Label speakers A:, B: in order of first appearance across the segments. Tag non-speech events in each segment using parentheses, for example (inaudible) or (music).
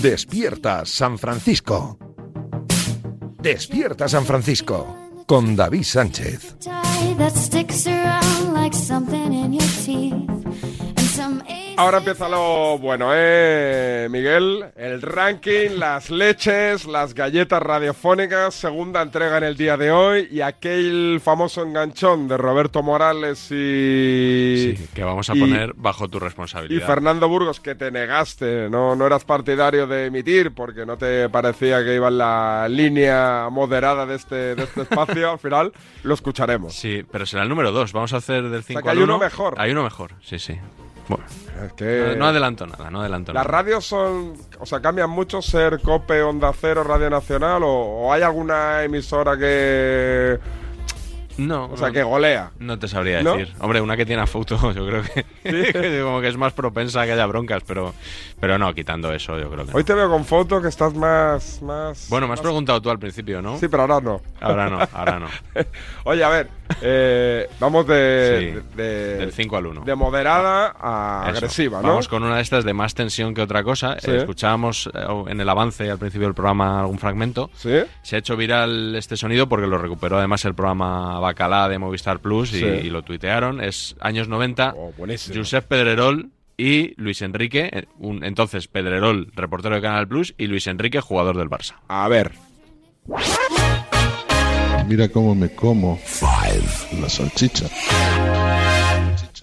A: Despierta San Francisco. Despierta San Francisco con David Sánchez.
B: Ahora empieza lo bueno, ¿eh, Miguel? El ranking, las leches, las galletas radiofónicas, segunda entrega en el día de hoy y aquel famoso enganchón de Roberto Morales y...
C: Sí, que vamos a
B: y-
C: poner bajo tu
B: Y
C: responsabilidad.
B: Fernando Burgos, que te negaste, no, no eras partidario de emitir porque no te parecía que iba en la línea moderada de este, de este espacio, al final lo escucharemos.
C: Sí, pero será el número 2. Vamos a hacer del 5
B: que
C: al
B: hay uno
C: 1.
B: mejor. Eh,
C: Hay uno mejor, sí, sí. Bueno,
B: Es que-
C: no, no adelanto nada, no adelanto
B: ¿Las
C: nada.
B: radios son, o sea, cambian mucho ser COPE, Onda Cero, Radio Nacional o, o hay alguna emisora que,
C: No,
B: o sea,
C: no,
B: que golea?
C: no te sabría
B: ¿No?
C: decir. Hombre, una que tiene a foto, (laughs) yo creo que, que como que es más propensa a que haya broncas, pero, pero no, quitando eso, yo creo que no.
B: Hoy te veo con fotos que estás más, más...
C: Bueno, me has preguntado tú al principio, ¿no?
B: Sí, pero ahora no.
C: Ahora no,
B: (laughs)
C: ahora no.
B: Oye, a ver, eh, (laughs) vamos de,
C: Sí,
B: de,
C: Del 5 al 1.
B: Eh, de moderada a
C: Eso.
B: agresiva, ¿no?
C: Vamos con una de estas de más tensión que otra cosa.
B: Sí.
C: Eh, escuchábamos eh, en el avance al principio del programa algún fragmento.
B: ¿Sí?
C: Se ha hecho viral este sonido porque lo recuperó además el programa Bacalá de Movistar Plus y,
B: Sí.
C: y lo tuitearon. Es años 90.
B: Oh, buenísimo.
C: Josep Pedrerol y Luis Enrique, eh, un, entonces Pedrerol, reportero de Canal Plus, y Luis Enrique, jugador del Barça.
B: A ver,
D: Mira cómo me como la salchicha.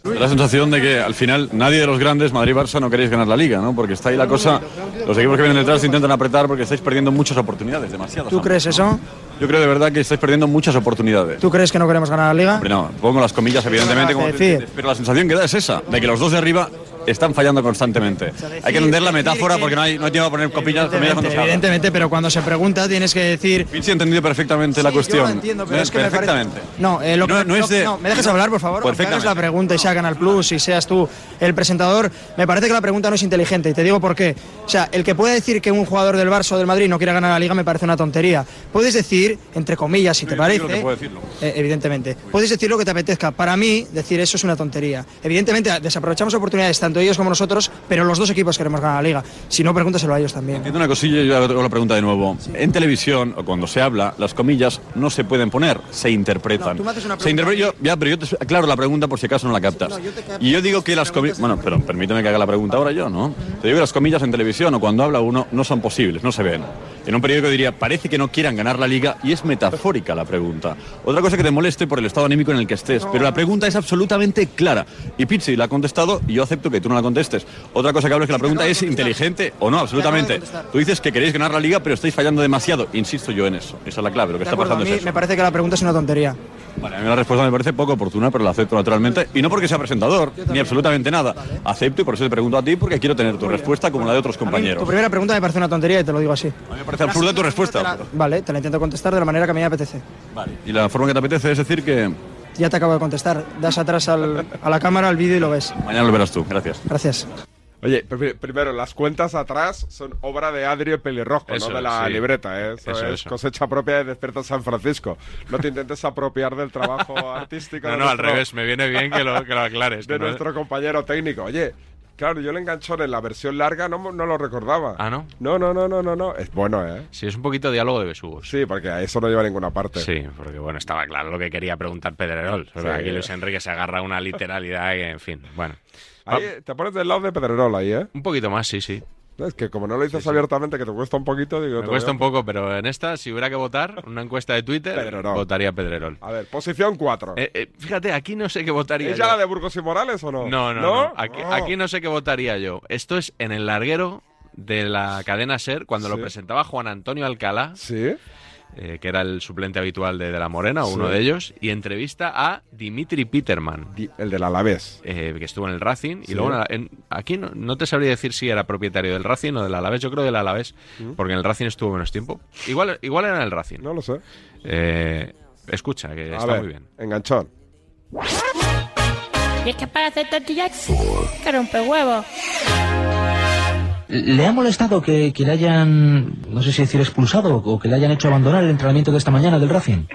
E: Da la sensación de que al final nadie de los grandes, Madrid y Barça, no queréis ganar la liga, ¿no? Porque está ahí la cosa. Los equipos que vienen detrás intentan apretar porque estáis perdiendo muchas oportunidades, demasiadas.
F: ¿Tú crees eso?
E: Yo creo de verdad que estáis perdiendo muchas oportunidades.
F: ¿Tú crees que no queremos ganar la liga?
E: Hombre, no, pongo las comillas, evidentemente,
F: Eso no
E: como
F: lo vas a
E: te-
F: decir.
E: pero la sensación que da es esa, de que los dos de arriba están fallando constantemente. Hay que entender la metáfora porque no hay, no hay tiempo para poner comillas, comillas cuando
F: Evidentemente,
E: se habla.
F: evidentemente, pero cuando se pregunta tienes que decir...
E: Vinci ha entendido perfectamente la
F: Sí,
E: cuestión.
F: Yo lo entiendo, pero
E: Ve,
F: es que me parece-
E: perfectamente.
F: No, eh, lo que-
E: No, no
F: lo-
E: es de-
F: no, me dejes hablar, por favor. o que hagas
E: Perfectamente.
F: la pregunta y sea Canal Plus y seas tú el presentador. Me parece que la pregunta no es inteligente y te digo por qué. O sea, el que pueda decir que un jugador del Barça o del Madrid no quiera ganar la Liga me parece una tontería. Puedes decir, entre comillas, si te
E: yo
F: parece...
E: creo que puedo decirlo.
F: Eh, evidentemente. Puedes decir lo que te apetezca. Para mí, decir eso es una tontería. Evidentemente, desaprovechamos oportunidades tanto ellos como nosotros, pero los dos equipos queremos ganar la liga. Si no, pregúntaselo a ellos también.
E: Entiendo una cosilla y yo hago la pregunta de nuevo. En televisión, o cuando se habla, las comillas no se pueden poner, se interpretan.
F: No, tú me haces una
E: se interpre-
F: pregunta a mí.
E: yo- ya, pero yo te aclaro la pregunta por si acaso no la captas.
F: No, yo te capto
E: y yo digo que
F: si
E: las comillas...
F: preguntas
E: Bueno,
F: esa
E: pero permíteme que haga la pregunta ahora yo, ¿no? Te digo que las comillas en televisión o cuando habla uno no son posibles, no se ven. En un periódico diría, parece que no quieran ganar la liga y es metafórica la pregunta. Otra cosa que te moleste por el estado anímico en el que estés, pero la pregunta es absolutamente clara. Y Pizzi la ha contestado y yo acepto que tú no la contestes. Otra cosa que hablo es que la
F: Sí, te acabo
E: pregunta
F: de
E: es
F: contestar.
E: inteligente o no, absolutamente.
F: contestar.
E: Tú dices que queréis ganar la liga, pero estáis fallando demasiado. Insisto yo en eso. Esa es la clave. Lo
F: De
E: que está
F: acuerdo, a
E: pasando
F: mí
E: es eso.
F: me parece que la pregunta es una tontería.
E: Vale, a mí la respuesta me parece poco oportuna, pero la acepto naturalmente. Y no porque sea presentador, ni absolutamente nada. Acepto y por eso te pregunto a ti, porque quiero tener tu respuesta como la de otros
F: A mí,
E: compañeros.
F: tu primera pregunta me parece una tontería y te lo digo así.
E: A mí me parece absurda tu respuesta.
F: Te la-
E: pero-
F: Vale, te la intento contestar de la manera que a mí me apetece.
E: Vale. Y la forma que te apetece es decir que
F: Ya te acabo de contestar. Das atrás al- a la cámara, al vídeo y lo ves.
E: mañana lo verás tú. Gracias.
F: Gracias.
B: oye, pri- primero, las cuentas atrás son obra de Adrio Pelirrojo,
C: Eso,
B: no de la
C: sí.
B: libreta, ¿eh? Eso,
C: Eso,
B: es
C: eso.
B: cosecha propia de Despierta San Francisco. No te intentes apropiar del
C: (laughs)
B: trabajo artístico.
C: No,
B: de
C: no, al
B: nuestro-
C: revés, me viene bien que lo, que lo aclares.
B: (laughs)
C: que
B: de
C: no-
B: nuestro compañero técnico. Oye, claro, yo el enganchón en la versión larga no, mo- no lo recordaba.
C: Ah, ¿no?
B: No, no, no, no, no, no. Es bueno, ¿eh?
C: Sí, es un poquito diálogo de besugos.
B: Sí, porque a eso no lleva a ninguna parte.
C: Sí, porque bueno, estaba claro lo que quería preguntar Pedrerol. Pero
B: Sí.
C: Aquí Luis Enrique se agarra una literalidad que, en fin, bueno. Va-
B: Ahí, eh, te pones del lado de Pedrerol ahí, ¿eh?
C: Un poquito más, sí, sí.
B: Es que como no lo dices
C: Sí, sí.
B: abiertamente, que te cuesta un poquito, digo...
C: Me
B: te
C: cuesta
B: voy
C: un poco, pero en esta, si hubiera que votar, una encuesta de Twitter,
B: Pedrerol. Ah.
C: votaría Pedrerol.
B: a... a ver, posición 4.
C: Eh, eh, fíjate, aquí no sé qué votaría
B: ¿Es
C: yo.
B: ya la de Burgos y Morales o no? Ah.
C: No, no, no. Aquí, aquí no sé qué votaría yo. Esto es en el larguero de la cadena SER, cuando
B: Sí.
C: lo presentaba Juan Antonio Alcalá,
B: ¿Sí?
C: eh, que era el suplente habitual de De La Morena, o
B: Sí.
C: uno de ellos, y entrevista a Dimitri Peterman.
B: Di- El del Alavés.
C: eh, que estuvo en el Racing
B: Sí.
C: y luego en la- en- aquí no, no te sabría decir si era propietario del Racing o del Alavés, yo creo del Alavés, porque en el Racing estuvo menos tiempo. Igual, igual era en el Racing.
B: Mm. No lo sé.
C: Eh, escucha, que
B: A
C: está
B: ver,
C: muy bien.
B: enganchón.
G: Y es que para hacer tortillas que rompe huevo.
H: ¿Le ha molestado que, que le hayan, no sé si decir expulsado o que le hayan hecho abandonar el entrenamiento de esta mañana del Racing?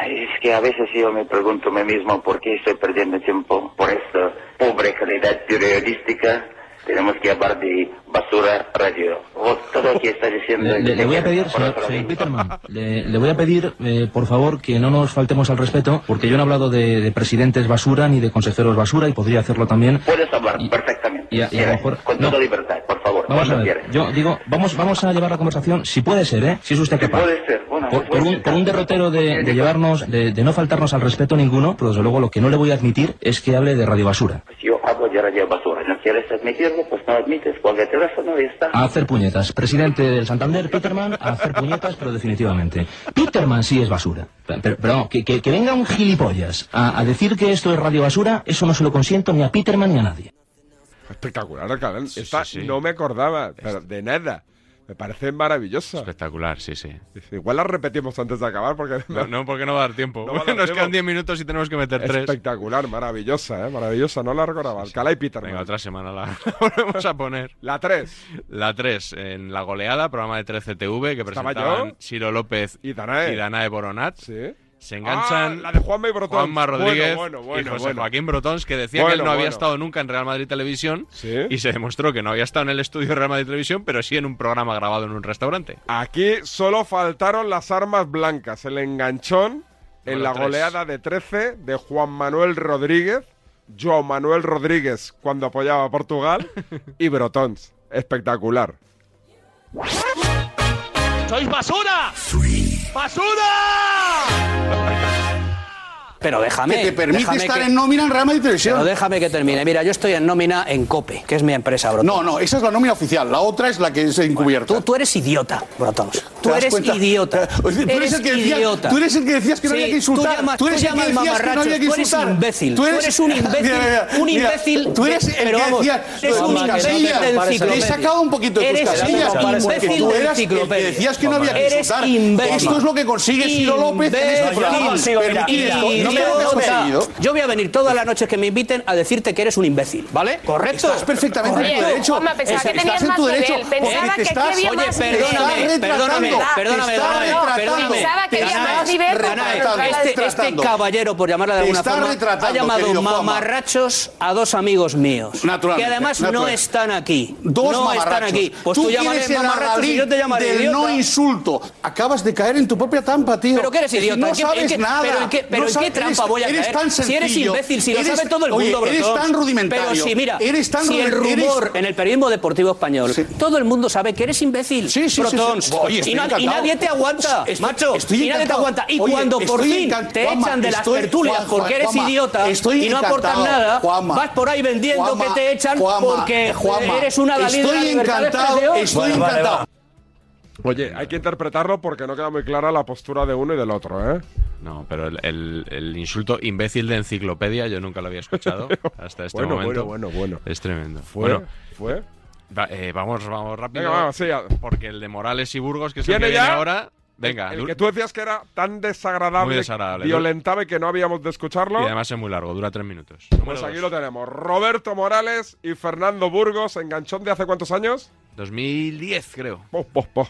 I: Ay, Es que a veces yo me pregunto a mí mismo por qué estoy perdiendo tiempo por esta pobre calidad periodística Tenemos que hablar de basura radio. Vos todo lo que estás diciendo...
H: Le, le- le voy a pedir,
I: Por
H: señor,
I: otro
H: señor
I: lado.
H: Peterman, le, le voy a pedir, eh, por favor, que no nos faltemos al respeto, porque yo no he hablado de, de presidentes basura ni de consejeros basura y podría hacerlo también.
I: Puedes hablar perfectamente.
H: y a- y a lo mejor-
I: Con
H: no.
I: toda libertad, por favor.
H: Vamos a
I: cuando
H: ver,
I: quieras.
H: yo digo, vamos, vamos a llevar la conversación, si puede ser, ¿eh? Si es usted
I: Sí,
H: capaz.
I: puede ser, bueno, pues
H: por, por
I: puede
H: un,
I: ser.
H: por un derrotero de, de llevarnos, de, de no faltarnos al respeto ninguno, pero desde luego lo que no le voy a admitir es que hable de radio basura.
I: Pues yo hablo de radio basura. ¿No quieres admitirlo? Pues no admites. Cuelga el teléfono y ya está.
H: A hacer puñetas. Presidente del Santander, Peterman, a hacer puñetas, pero definitivamente. Peterman sí es basura. Pero, pero no, que, que- que venga un gilipollas a, a decir que esto es radio basura, eso no se lo consiento ni a Peterman ni a nadie.
B: Espectacular, Alcalá.
C: Sí,
B: Esta
C: sí, sí.
B: no me acordaba, pero de nada. Me parece maravillosa.
C: Espectacular, sí, sí.
B: Igual la repetimos antes de acabar porque
C: No,
B: (laughs)
C: no, porque no va a dar tiempo.
B: No va a dar
C: Nos
B: tiempo.
C: quedan 10 minutos y tenemos que meter 3.
B: espectacular, maravillosa, ¿eh? maravillosa. No la recordaba. Alcalá y Peterman.
C: Venga, otra semana la (laughs) volvemos a poner.
B: La 3.
C: La 3, en La Goleada, programa de 13TV que
B: ¿Estaba
C: presentaban
B: yo?
C: Ciro López
B: Y Danae.
C: y Danae Boronat.
B: Sí.
C: Se enganchan
B: Ah, la de Juanma y Brotons.
C: Juanma
B: Bueno,
C: Rodríguez
B: bueno, bueno,
C: y José
B: bueno.
C: Joaquín Brotons, que decía que
B: Bueno,
C: él no había
B: bueno.
C: estado nunca en Real Madrid Televisión.
B: Sí.
C: Y se demostró que no había estado en el estudio de Real Madrid Televisión, pero sí en un programa grabado en un restaurante.
B: Aquí solo faltaron las armas blancas, el enganchón en
C: Número
B: la
C: tres.
B: goleada de 13 de Juan Manuel Rodríguez, Joao Manuel Rodríguez cuando apoyaba a Portugal
C: (laughs)
B: y Brotons. Espectacular.
J: Pero déjame. Que te permite estar en nómina en Real Madrid Televisión. Pero déjame que termine. Mira, yo estoy en nómina en COPE, que es mi empresa, Brotons. No, no, esa es la nómina oficial. La otra es la que es encubierta. tú, tú eres idiota, Brotons. Tú eres idiota. tú eres, el que idiota. Tú eres el que decías que no había que insultar. Tú, eres el que decías que no había que insultar. Tú eres imbécil. Tú eres, (laughs) un imbécil. un imbécil. tú eres el que decías. Eres un imbécil. Te he sacado un poquito de tus casillas. Porque tú eras el que decías que no había que insultar. Esto es lo que consigue Ciro López en este programa. Permitir esto. No me lo has conseguido. Yo voy a venir todas las noches que me inviten a decirte que eres un imbécil, ¿vale? Correcto. Estás perfectamente
G: Oye, Juanma, pensaba que tenías más nivel. Pensaba que aquí había
J: Oye,
G: más
J: perdóname,
G: nivel.
J: perdóname, perdóname, perdóname, perdóname.
G: Pensaba que había más
J: Perdóname,
G: nivel.
J: perdóname.
G: Perdóname.
J: Este, este caballero, por llamarle de alguna forma, ha llamado mamarrachos a dos amigos míos. Que además no están aquí. Dos no están aquí. Pues tú, llámame mamarrachos y yo te llamaré idiota. no insulto. Acabas de caer en tu propia trampa, tío. Pero que eres idiota. No sabes nada. Pero en qué, pero en qué trampa voy a caer. si eres imbécil, si lo sabe todo el mundo, Eres tan rudimentario. Pero si, mira, eres tan si el rumor en el periodismo deportivo español, todo el mundo sabe que eres imbécil. Sí, sí, Protons. y, na- y nadie te aguanta, macho. y nadie te aguanta. Y cuando por fin te echan de las tertulias porque eres idiota y no aportas nada, vas por ahí vendiendo que te echan porque eres una Dalí Estoy encantado, estoy encantado.
B: Oye, hay que interpretarlo porque no queda muy clara la postura de uno y del otro, ¿eh?
C: No, pero el, el- el insulto imbécil de enciclopedia yo nunca lo
B: (laughs)
C: había escuchado hasta este
B: Bueno,
C: momento.
B: bueno, bueno, bueno.
C: Es tremendo.
B: Fue,
C: Bueno,
B: fue.
C: va- eh, vamos, vamos rápido.
B: Venga, vamos, sí. a-
C: Porque el de Morales y Burgos, que es
B: ¿Viene
C: el que viene
B: ya?
C: ahora. Venga,
B: El
C: dur-
B: que tú decías que era tan desagradable,
C: Muy desagradable.
B: violentaba y que no habíamos de escucharlo.
C: y además es muy largo, dura tres minutos.
B: Pues
C: Número
B: aquí
C: dos.
B: lo tenemos. Roberto Morales y Fernando Burgos, enganchón de hace cuántos años.
C: 2010, creo.
B: Po, po, po.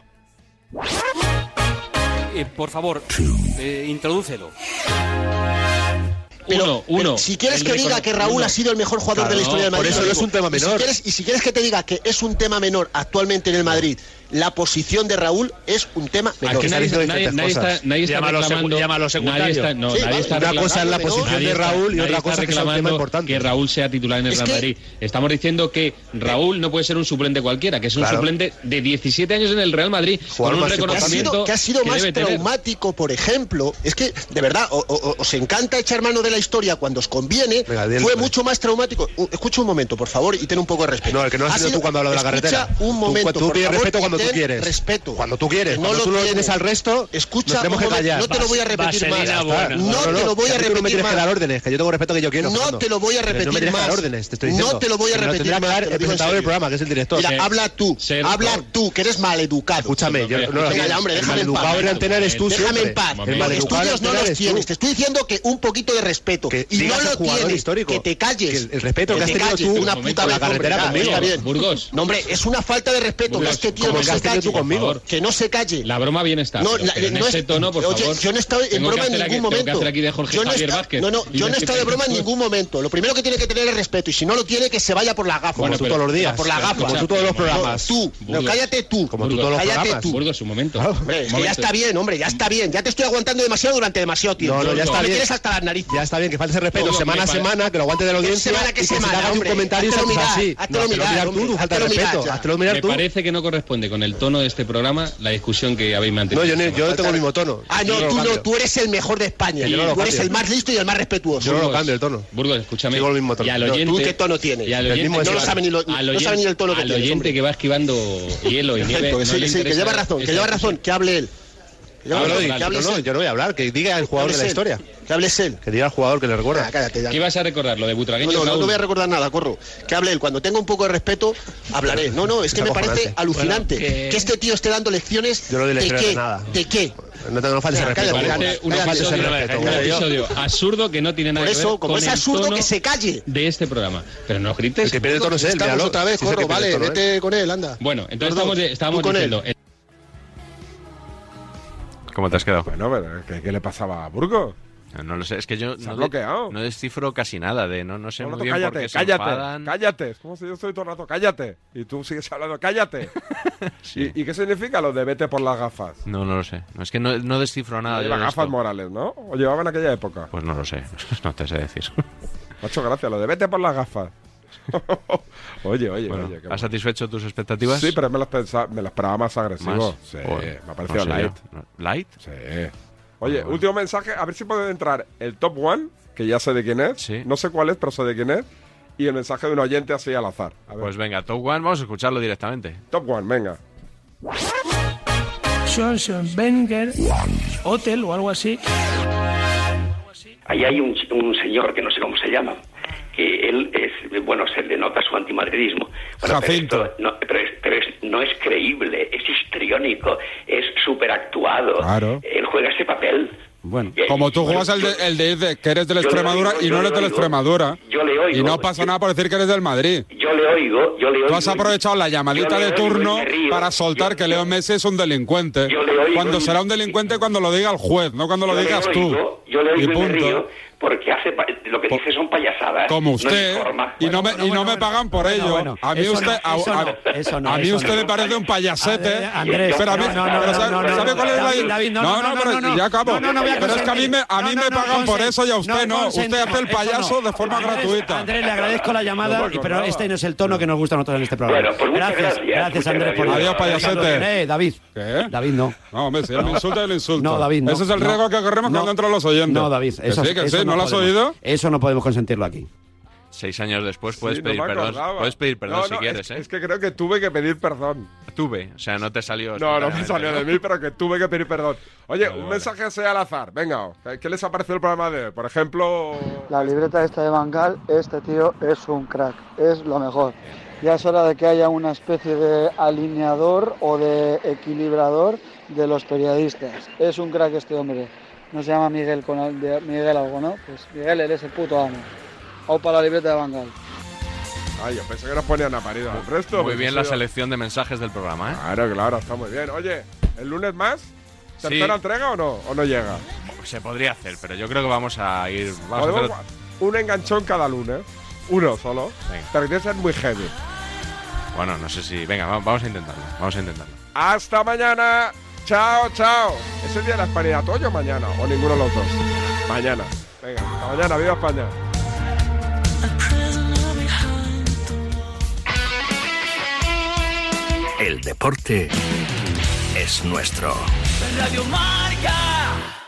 J: Eh, por favor, eh, introdúcelo.
H: Uno, uno. Si quieres que diga que Raúl ha sido el mejor jugador de la historia del Madrid, por eso no es un tema menor.
J: Y si quieres que te diga que es un tema menor actualmente en el Madrid, la posición de Raúl es un tema menor.
H: Aquí nadie- nadie- nadie está- nadie está reclamando- nadie está- no, nadie está reclamando- nadie está- nadie está reclamando que Raúl sea titular en el
J: Es
H: Real
J: que-
H: Madrid. Estamos diciendo que Raúl no puede ser un suplente cualquiera, que es un suplente de 17 años en el Real Madrid con un
J: que ha sido,
H: reconocimiento
J: que ha sido más
H: debe tener.
J: traumático, por ejemplo, es que de verdad o- o- os encanta echar mano de la historia cuando os conviene, fue mucho más traumático. U- Escucha un momento, por favor, y ten un poco de respeto. No, el que no has sido tú cuando hablas de la carretera. un momento, tú, respeto cuando tú quieres. Respeto. Cuando tú quieres, no lo, tienes al resto, escucha, tenemos que callar. No te lo voy a repetir más. No te lo voy a repetir más. órdenes, que yo tengo respeto que yo quiero. No te lo voy a repetir más. No te lo voy a repetir más. El presentador del programa, que es el director. Mira, ah, habla tú,
H: Ser-
J: habla tú, que eres maleducado. Escúchame, yo no lo Venga, ya, hombre, déjame en paz. Déjame en paz.
H: Momento.
J: Los estudios no los tienes. Te estoy diciendo que un poquito de respeto. y no lo tienes. Que te calles. el, respeto que, te calles. Una puta la carretera conmigo. Está bien.
H: Burgos.
J: No, hombre, es una falta de respeto.
H: Burgos,
J: que este tío
H: como
J: no
H: que
K: que has tenido tú conmigo.
L: Que no se calle.
K: La broma bien está.
L: No,
K: pero-
L: la-
K: pero en
I: eh,
L: no
K: ese
L: es-
K: tono, por
L: oye,
K: favor.
L: yo no he estado en
K: tengo que
L: broma en
K: hacer aquí-
L: ningún
K: Tengo que
L: momento.
K: hacer aquí de Jorge
L: yo no he
K: Javier
L: estado-
K: Vázquez.
L: No, no,
K: Y
L: yo
K: de
L: no he
K: este
L: estado de broma en
K: tipo-
L: ningún momento. Lo primero que tiene que tener es respeto. Y si no lo tiene, que se vaya por las gafas.
K: Bueno, pero-
L: Por las
K: pero
L: gafas.
K: escucha, pero
L: Tú. No,
K: Burgos.
L: cállate tú.
K: Burgos.
L: cállate tú.
K: Burgos, un momento.
L: Hombre, es
K: Un
L: que ya
K: momento.
L: está bien, hombre, ya está bien. Ya te estoy aguantando demasiado durante demasiado tiempo.
K: No, no, ya está
L: Me
K: bien.
L: tienes hasta las narices.
K: Ya está bien, que falte ese
L: respeto,
K: semana a semana, que lo aguante de la
L: ¿Qué
K: audiencia
L: Semana, que
K: y que se te
L: semana,
K: haga un
L: hombre?
K: comentario
L: Háztelo
K: y esas cosas
L: mirar,
K: así.
L: háztelo
K: No, hazlo
L: mirar,
K: mirar tú,
L: hombre,
K: tú, falta de
L: háztelo mirar
K: respeto,
L: ya.
K: háztelo mirar
L: Me
K: tú.
L: parece-
K: que no corresponde con el tono de este programa la discusión que habéis mantenido.
L: No, yo
K: no, yo
L: tengo el mismo
K: tono.
L: Ah, no, tú no, tú eres el mejor de España.
K: Yo no lo
L: Tú eres
K: cambio.
L: el más listo y el más respetuoso.
K: tono. Burgos, escúchame. el mismo tono. Y al
L: No, ¿tú
K: oyente,
L: qué tono tienes?
K: Y al
L: El
K: oyente,
L: mismo
K: que
L: tono.
K: va-
L: No sabe ni lo-
K: al
L: no sabe
K: oyente-
L: ni el tono que
K: Al
L: tienes,
K: oyente
L: hombre.
K: que va esquivando hielo y nieve.
L: Perfecto, que
K: no
L: sí,
K: le
L: que sí, que
K: interesa
L: lleva razón, que lleva
K: esta-
L: razón, que hable él. Que lleva razón, que hable él.
K: yo no voy a hablar, que diga el
L: jugador de la historia. Que hables él.
K: Que diga el jugador que le recuerda.
L: Ah, cállate ya.
K: ¿Qué vas a recordar? Lo de Butragueño.
L: No, no, no,
K: Raúl?
L: te voy a recordar nada, corro. Que hable él. Cuando tenga un poco de respeto, hablaré. No, no, es que
K: Es
L: me parece
K: acojonante.
L: alucinante
K: Bueno, que-
L: que este tío esté dando lecciones
K: Yo no doy
L: de
K: lecciones de
L: qué.
K: nada.
L: ¿De qué?
K: No te no faltes el
L: Venga,
K: respeto.
L: Ah, cállate,
K: Burgos.
L: una
K: No faltes
L: falta
K: el
L: de
K: respeto,
L: respeto,
K: Burgos.
L: un
K: episodio
L: absurdo
K: que no tiene
L: Por eso, como es absurdo, que se calle.
K: de este programa. Pero no grites. El que pierde
L: Corro, estamos otra vez, corro, vale, vete con él, anda.
K: Bueno, entonces
L: Gordo,
K: estamos, de- estábamos
L: tú con él.
K: diciendo.
C: ¿Cómo te has quedado?
B: Bueno, pero ¿qué, qué le pasaba a Burgos?
C: No lo sé, es que yo
B: Se ha
C: no,
B: bloqueado.
C: no descifro casi nada de no, no sé
B: Todo el
C: muy
B: rato,
C: bien por
B: cállate,
C: qué se
B: cállate,
C: enfadan.
B: cállate. Es como si yo estoy todo el rato, cállate. Y tú sigues (laughs) hablando,
C: (laughs)
B: cállate. ¿Y, y qué significa lo de vete por las gafas?
C: No, no lo sé. No, es que no, no descifro nada.
B: Lleva
C: Ah, yo de
B: gafas
C: esto.
B: morales, ¿no? O llevaban en aquella época.
C: Pues no lo sé. (laughs) No te sé decir.
B: Macho, gracias, lo de vete por las gafas. (laughs) oye, oye, oye. qué
C: ¿Has satisfecho tus expectativas?
B: Sí, pero me lo, pensa- me lo esperaba más agresivo.
C: ¿Más?
B: Sí,
C: Joder,
B: me ha parecido
C: no sé
B: light.
C: yo. ¿Light?
B: Sí. Oye, último mensaje, a ver si puede entrar el top one, que ya sé de quién es. No sé cuál es, pero sé de quién es. Y el mensaje de un oyente así al azar. A ver.
C: Pues venga, Top One, vamos a escucharlo directamente.
B: Top one, venga.
M: Schwarzenegger, Hotel o algo así.
I: Ahí hay un, un señor que no sé cómo se llama, que él es, bueno, se le nota su antimadridismo. Bueno, Pero, esto no, pero es- pero es- no es creíble, es histriónico, es superactuado.
N: Claro.
I: Él juega ese papel.
N: Bueno,
I: Eh,
N: como tú
I: bueno,
N: juegas al de, el de ir de- que eres del
I: yo le
N: Extremadura
I: oigo,
N: y
I: yo
N: no eres
I: le
N: del
I: oigo.
N: Extremadura.
I: Yo le oigo.
N: Y no pasa nada por decir que eres del Madrid.
I: Yo le oigo, yo le oigo.
N: Tú has aprovechado la
I: Yo
N: llamadita
I: le
N: de
I: oigo y
N: turno
I: me río.
N: para soltar que Leo Messi es un delincuente.
I: Yo le oigo
N: Cuando
I: y-
N: será un delincuente cuando lo diga el juez, no cuando lo
I: Yo le
N: digas tú.
I: oigo, Yo le
N: Y
I: oigo y, me
N: punto.
I: río porque hace pa- lo que dice son payasadas.
N: Como
I: no
N: usted,
I: informa.
N: y no me, y no me pagan por ello.
I: bueno,
N: a mí
I: eso
N: usted,
I: no,
N: a-
I: eso
N: a-
I: no, eso no,
N: a mí
I: eso
N: usted
I: no. Ah, eh,
N: me parece un payasete.
I: Andrés,
N: pero a mí,
I: no, no, no,
N: pero ¿sabe,
I: no, no,
N: sabe
I: no,
N: cuál es la-
I: David, David, no, no, no,
N: pero
I: no, no,
N: ya acabo.
I: no, no, no voy a
N: pero es que a mí me, a mí me pagan por eso y a usted no. Usted hace el payaso de forma gratuita.
O: Andrés, le agradezco la llamada, y- pero este no es el tono que nos gusta a nosotros en este programa.
N: Bueno, pues muchas
O: gracias,
N: gracias, muchas
O: Andrés. Por
N: gracias. Adiós,
O: Dejando
N: payasete.
O: bien, Eh, David. David, no.
N: No, hombre, si él me insulta, yo le insulto.
O: No, David, no.
N: Ese es el
O: No.
N: riesgo que corremos cuando entran los oyentes.
O: No, David,
N: Que
O: eso,
N: sí, que
O: eso
N: sí, ¿no lo has
O: podemos-
N: oído?
O: Eso no podemos consentirlo aquí.
C: Seis años después
B: Sí,
C: puedes
B: no
C: pedir
B: me
C: perdón.
B: acordaba.
C: Puedes pedir perdón
B: No,
C: si
B: no,
C: quieres,
B: es,
C: ¿eh?
B: es que creo que tuve que pedir perdón.
C: Tuve, o sea, no te salió.
B: No, no me
C: espontáneamente,
B: salió
C: Pues ¿no?
B: de mí, pero que tuve que pedir perdón. Oye,
C: Vale,
B: un
C: vale.
B: mensaje sea al azar. Venga, ¿qué- ¿qué les ha parecido el programa de hoy? Por ejemplo,
P: La libreta esta de Bangal, este tío es un crack, es lo mejor. Ya es hora de que haya una especie de alineador o de equilibrador de los periodistas. Es un crack este hombre. No se llama Miguel con el de- Miguel algo, ¿no? Pues Miguel eres el puto amo. Opa la libreta de Bangal.
B: ay, yo pensé que nos ponían a parido al resto.
C: Muy
B: pues,
C: bien
B: sí,
C: la
B: yo-
C: selección de mensajes del programa, ¿eh?
B: Claro, claro, está muy bien. Oye, ¿el lunes más? ¿Tercera entrega o no? ¿O no llega?
C: Ah, pues Se podría hacer, pero yo creo que vamos a ir. Vamos a
B: Podemos
C: hacer...
B: gu- Un enganchón cada lunes. Uno solo.
C: Venga.
B: Pero tiene que ser muy heavy.
C: Bueno, no sé si. Venga, va- vamos a intentarlo. Vamos a intentarlo.
B: Hasta mañana. Chao, chao. ¿Es el día de la Hispanidad hoy o mañana? ¿O ninguno de los dos? Mañana. Venga, hasta mañana. Viva España.
Q: El deporte es nuestro.
R: Radio Marca.